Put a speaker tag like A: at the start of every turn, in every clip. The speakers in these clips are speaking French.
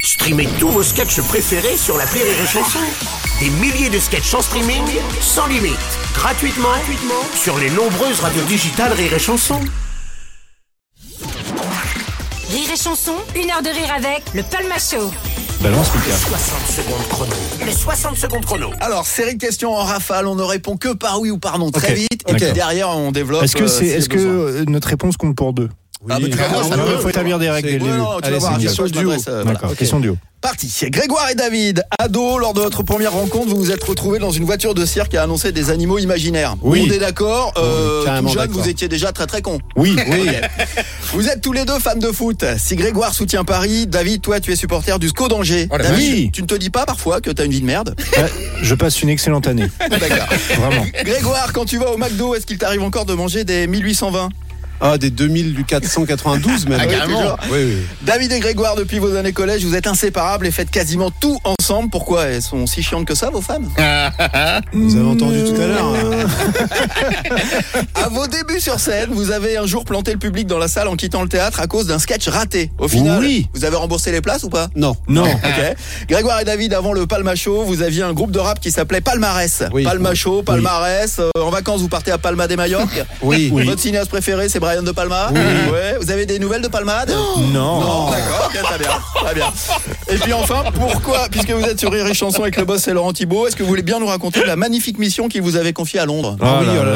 A: Streamez tous vos sketchs préférés sur la Rire et Chanson. Des milliers de sketchs en streaming, sans limite, gratuitement, gratuitement sur les nombreuses radios digitales Rire et Chanson.
B: Rire et chanson, une heure de rire avec le Palma Show.
C: Balance Mika.
A: 60 secondes chrono. Les 60 secondes chrono.
D: Alors, série de questions en rafale, on ne répond que par oui ou par non très
C: Ok,
D: vite. Et puis
C: d'accord.
D: derrière, on développe.
C: Est-ce que,
D: euh,
C: c'est,
D: s'il y a
C: est-ce que
D: besoin.
C: euh, notre réponse compte pour deux
D: Ah, bah, tu vas voir, ça
C: Il
D: peut-
C: faut établir des règles
D: c'est-
C: dès le
D: ouais,
C: début.
D: non, tu vas
C: Allez,
D: voir,
C: c'est
D: à chaque
C: nickel.
D: fois, je m'adresse, euh, voilà,
C: D'accord,
D: ok.
C: question duo.
D: Parti. Grégoire et David, ados, lors de votre première rencontre, vous vous êtes retrouvés dans une voiture de cirque à annoncer des animaux imaginaires.
C: Oui.
D: On est d'accord. euh,
C: est carrément
D: tout jeune,
C: d'accord.
D: vous étiez déjà très très con.
C: Oui, oui.
D: Vous êtes tous les deux fans de foot. Si Grégoire soutient Paris, David, toi, tu es supporter du SCO d'Angers.
C: Oh la
D: David,
C: vache.
D: tu ne te dis pas parfois que t'as une vie de merde
C: Bah, Je passe une excellente année.
D: D'accord.
C: Vraiment.
D: Grégoire, quand tu vas au McDo, est-ce qu'il t'arrive encore de manger des 1820
E: Ah, des 2000 du 492 même.
D: Ah, carrément.
E: toujours. Oui, oui.
D: David et Grégoire, depuis vos années collège, vous êtes inséparables et faites quasiment tout ensemble. Pourquoi Elles sont si chiantes que ça, vos femmes
E: Vous avez entendu tout à l'heure. hein.
D: À vos débuts sur scène, vous avez un jour planté le public dans la salle en quittant le théâtre à cause d'un sketch raté. Au final,
C: Oui.
D: vous avez remboursé les places ou pas
E: Non.
C: Non.
D: Ok. Grégoire et David, avant le Palmacho, vous aviez un groupe de rap qui s'appelait Palmarès.
E: Oui.
D: Palmacho, Palmarès. euh, en vacances, vous partez à Palma des Mallorques.
E: Oui.
D: Votre cinéaste préféré, c'est Brian de Palma. Ouais. Vous avez des nouvelles de Palmade
C: Non.
D: Non, d'accord, ok, très bien, très bien. Et puis enfin, pourquoi, puisque vous êtes sur Rire et Chanson avec le boss et Laurent Thibault, est-ce que vous voulez bien nous raconter la magnifique mission qu'il vous avait confiée à Londres
C: Ah oui, oh là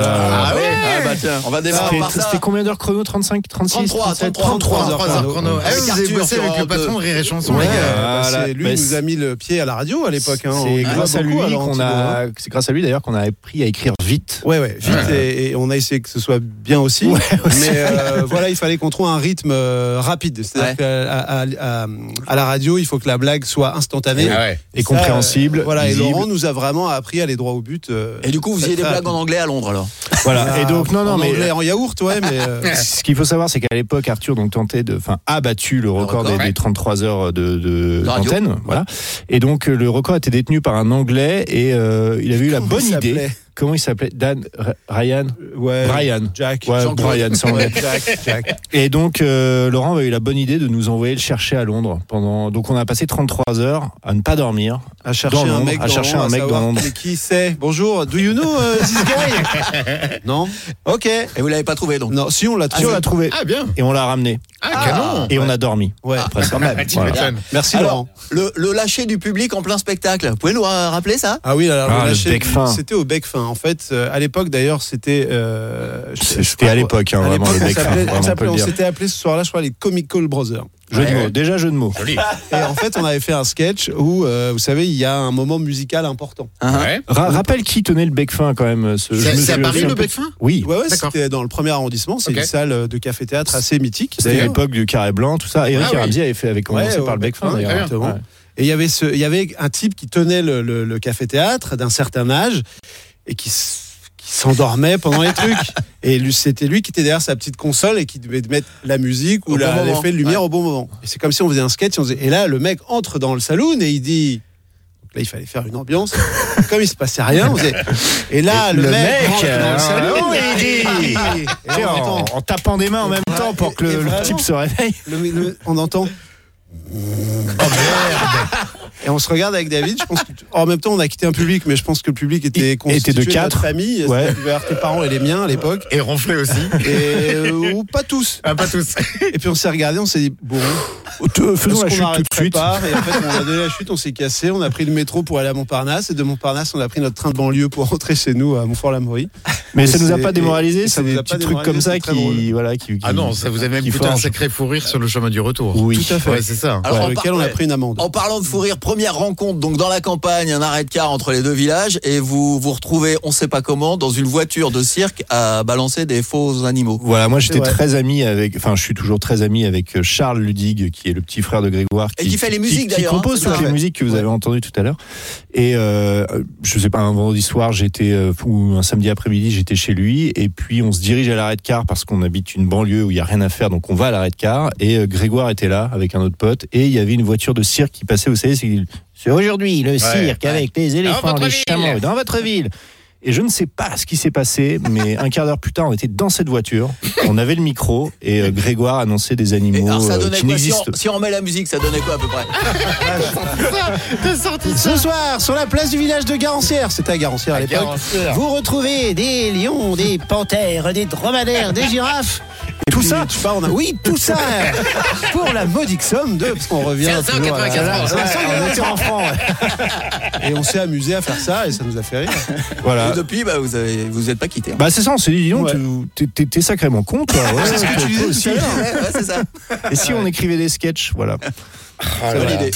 C: là.
D: Ah oui Ah bah tiens, on va démarrer
C: C'était
D: par ça.
C: c'était combien d'heures chrono 35, 36
D: 33,
C: 37,
D: 33,
C: 33 heures
F: 3 heures chrono. Ah,
D: Avec
F: vous avez
D: Arthur
F: bossé
D: sur
F: avec le
D: Europe
F: patron Rire et Chanson, les
C: Ouais.
F: gars.
E: Bah, c'est-
C: Voilà.
E: lui
C: Bah,
E: nous a mis le pied à la radio à l'époque. hein. On
C: C'est
E: grave
C: grâce à lui
E: beaucoup, alors,
C: qu'on
E: Thibaut, hein.
C: a. C'est grâce à lui d'ailleurs qu'on a appris à écrire vite.
E: Ouais, ouais, vite, Et, et on a essayé que ce soit bien aussi. Mais euh, voilà, il fallait qu'on trouve un rythme euh, rapide. C'est-à-dire
D: Ouais.
E: qu'à à- à- à la radio, il faut que la blague soit instantanée.
F: Ah ouais.
C: Et
E: Ça,
C: compréhensible.
E: euh, voilà,
C: visible.
E: et Laurent nous a vraiment appris à aller droit au but. euh,
D: Et du coup, vous
E: très,
D: aviez des
E: très
D: blagues en
E: rapide.
D: anglais à Londres alors
C: Voilà. Et donc, non,
E: Ah,
C: non,
E: en
C: mais.
E: anglais, en yaourt, ouais, mais. euh,
C: Ce qu'il faut savoir, c'est qu'à l'époque, Arthur donc tentait de, enfin, a battu le record,
D: record,
C: des, des 33 heures de, de
D: De radio.
C: d'antenne, voilà. Et donc euh, le record a été détenu par un Anglais et euh, il avait eu la
E: Comment
C: bonne
E: il
C: idée.
E: s'appelait
C: Comment il s'appelait Dan R- Ryan.
E: ouais.
C: Brian.
E: Jack.
C: Ouais,
E: Jean-Claude.
C: Brian, c'est anglais.
E: Ouais, Jack, Jack.
C: Et donc euh, Laurent avait eu la bonne idée de nous envoyer le chercher à Londres pendant. Donc on a passé 33 heures à ne pas dormir.
E: à chercher
C: Dans
E: un
C: Londres,
E: mec
C: à
E: dans
C: chercher
E: Londres,
C: un mec
E: savoir
C: dans Londres.
E: qui- qui c'est bonjour do you know euh, this guy non ok
D: Et vous l'avez pas trouvé donc
E: non si on l'a
C: Et on
E: trouvé
C: l'a trouvé
F: Ah, bien.
C: et on l'a ramené
F: Ah, canon.
C: et on a dormi.
E: ouais
C: Après ça.
F: tu
C: Voilà.
F: m'étonnes.
E: merci
D: Alors,
E: Laurent
D: le, le lâcher du public en plein spectacle, vous pouvez nous ra- rappeler ça
E: ah oui, alors,
C: Ah,
E: on
C: le
E: lâchait
C: bec
E: du-
C: fin.
E: C'était au bec fin. En fait, euh, à l'époque d'ailleurs, c'était. euh, je- je
C: C'était
E: crois-
C: à l'époque, hein,
E: à
C: vraiment,
E: l'époque,
C: le
E: on
C: bec fin,
E: s'appelait-
C: vraiment,
E: on
C: on peut
E: s'appelait-
C: le
E: on
C: dire.
E: s'était appelé ce soir-là, je crois, les Comical Brothers.
C: Jeu de mots. Déjà jeu de mots.
F: Joli.
E: Et en fait, on avait fait un sketch où, euh, vous savez, il y a un moment musical important.
F: Ouais.
C: Ra- rappelle qui tenait le bec fin quand même. ce- je me
F: C'est c'est à
C: souviens
F: Paris
C: un
F: le
C: peu-
F: bec fin
C: Oui.
E: Ouais, ouais,
F: D'accord.
E: c'était dans le premier arrondissement. C'est
F: Ok.
E: une salle de café-théâtre assez mythique.
C: C'était
E: d'ailleurs.
C: l'époque du carré blanc, tout ça. Eric
F: Ah oui.
C: Ramsey avait fait, avait commencé
E: Ouais,
C: par
E: au
C: le bec fin
E: Bec-Fin,
C: d'ailleurs. hein,
F: très bien.
C: exactement.
E: Ouais. Et il y avait ce, il y avait un type qui tenait le, le- le café-théâtre d'un certain âge et qui, s- qui s'endormait pendant les trucs. Et lui, c'était lui qui était derrière sa petite console et qui devait mettre la musique
D: Au
E: ou
D: bon
E: la-
D: moment.
E: l'effet de lumière au bon moment. Et c'est comme si on faisait un sketch. Et, on faisait- et là, le mec entre dans le saloon et il dit. Donc Là, il fallait faire une ambiance. Comme il se passait rien, on faisait. Et là, le, mec, rentre dans
C: euh,
E: le Ah, salon et il dit. Et
C: Tu sais,
E: on entend-
C: en, en tapant des mains en même
E: Ouais,
C: temps pour que
E: et
C: le, le
E: vraiment.
C: type se réveille.
E: Le- le- on entend.
C: Oh,
E: Et on se regarde avec David. Je pense que, en même temps, on a quitté un public, mais je pense que le public
C: Il-
E: était
C: était
E: constitué
C: de
E: notre
C: quatre.
E: famille.
C: Ouais.
E: c'est-à-dire qu'il devait y avoir tes parents et les miens à l'époque.
F: Et ronfler aussi.
E: Et, euh, ou pas tous.
F: Ah, pas tous.
E: Et puis on s'est regardé, on s'est dit bon,
C: Te- Faisons
E: est-ce
C: la
E: qu'on
C: chute tout
E: arrête
C: de suite.
E: pas Et en fait, on a donné la chute, on s'est cassé, on a pris le métro pour aller à Montparnasse, et de Montparnasse, on a pris notre train de banlieue pour rentrer chez nous à Montfort-la-Maurie.
C: Mais ça nous a
E: c'est-
C: pas démoralisé.
E: et ça
C: C'est
E: nous
C: des
E: a
C: petits
E: pas
C: trucs comme
E: démoralisé,
C: ça
E: c'est très
C: qui, voilà, qui.
F: Ah non, ça vous a même
C: qui
F: plutôt un
C: forge.
F: sacré fou rire sur le chemin du retour.
C: Oui.
E: Tout à fait.
F: Ouais, c'est ça.
D: Alors,
E: pour
D: on, par-
E: lequel on a pris une amende.
D: en parlant de fou rire, première rencontre donc dans la campagne, un arrêt de car entre les deux villages et vous vous retrouvez, on sait pas comment, dans une voiture de cirque à balancer des faux animaux.
C: Voilà, moi j'étais
E: C'est vrai.
C: très ami avec, enfin je suis toujours très ami avec euh, Charles Ludig, qui est le petit frère de Grégoire.
D: Et qui fait les musiques,
C: qui-
D: d'ailleurs,
C: Qui
D: hein,
C: compose
D: c'est
C: toutes
D: ça,
C: les
D: ouais.
C: musiques que vous avez entendues tout à l'heure. Et euh, je sais pas, un vendredi soir, j'étais, euh, ou un samedi après-midi, j'étais chez lui. Et puis on se dirige à l'arrêt de car parce qu'on habite une banlieue où il y a rien à faire, donc on va à l'arrêt de car. Et euh, Grégoire était là avec un autre pote. Et il y avait une voiture de cirque qui passait, vous savez, c'est c'est aujourd'hui le cirque avec les éléphants,
F: votre
C: les
F: ville.
C: chameaux, dans votre ville. Et je ne sais pas ce qui s'est passé, mais un quart d'heure plus tard, on était dans cette voiture, on avait le micro et euh, Grégoire annonçait des
D: Et
C: animaux
D: alors, ça
C: euh,
D: donnait
C: qui
D: quoi si
C: n'existent
D: on, si on remet la musique, ça donnait quoi à peu près
F: T'as sorti
E: Ce soir, sur la place du village de Garancière, c'était à Garancière à l'époque,
F: Garancière.
E: vous retrouvez des lions, des panthères, des dromadaires, des girafes. Et
C: Tout
E: puis,
C: ça
E: je sais pas, on a- Oui, tout ça Pour la modique somme de... Parce qu'on revient...
F: 595
E: toujours à-
F: francs.
E: Voilà, 595 francs, ouais. Et on s'est amusé à faire ça et ça nous a fait rire.
C: Voilà.
D: Et Depuis, bah, vous avez, vous êtes pas quitté. hein.
C: Bah c'est ça, on s'est dit, dis donc,
E: Ouais.
C: tu- t'es- t'es- t'es sacrément con, toi. Ouais,
E: ce que
C: toi
E: tu disais tout
C: aussi.
E: à
D: Ouais, ouais, c'est ça.
C: Et si on écrivait des sketchs, voilà.
D: Bonne idée.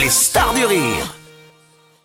A: Les stars du rire.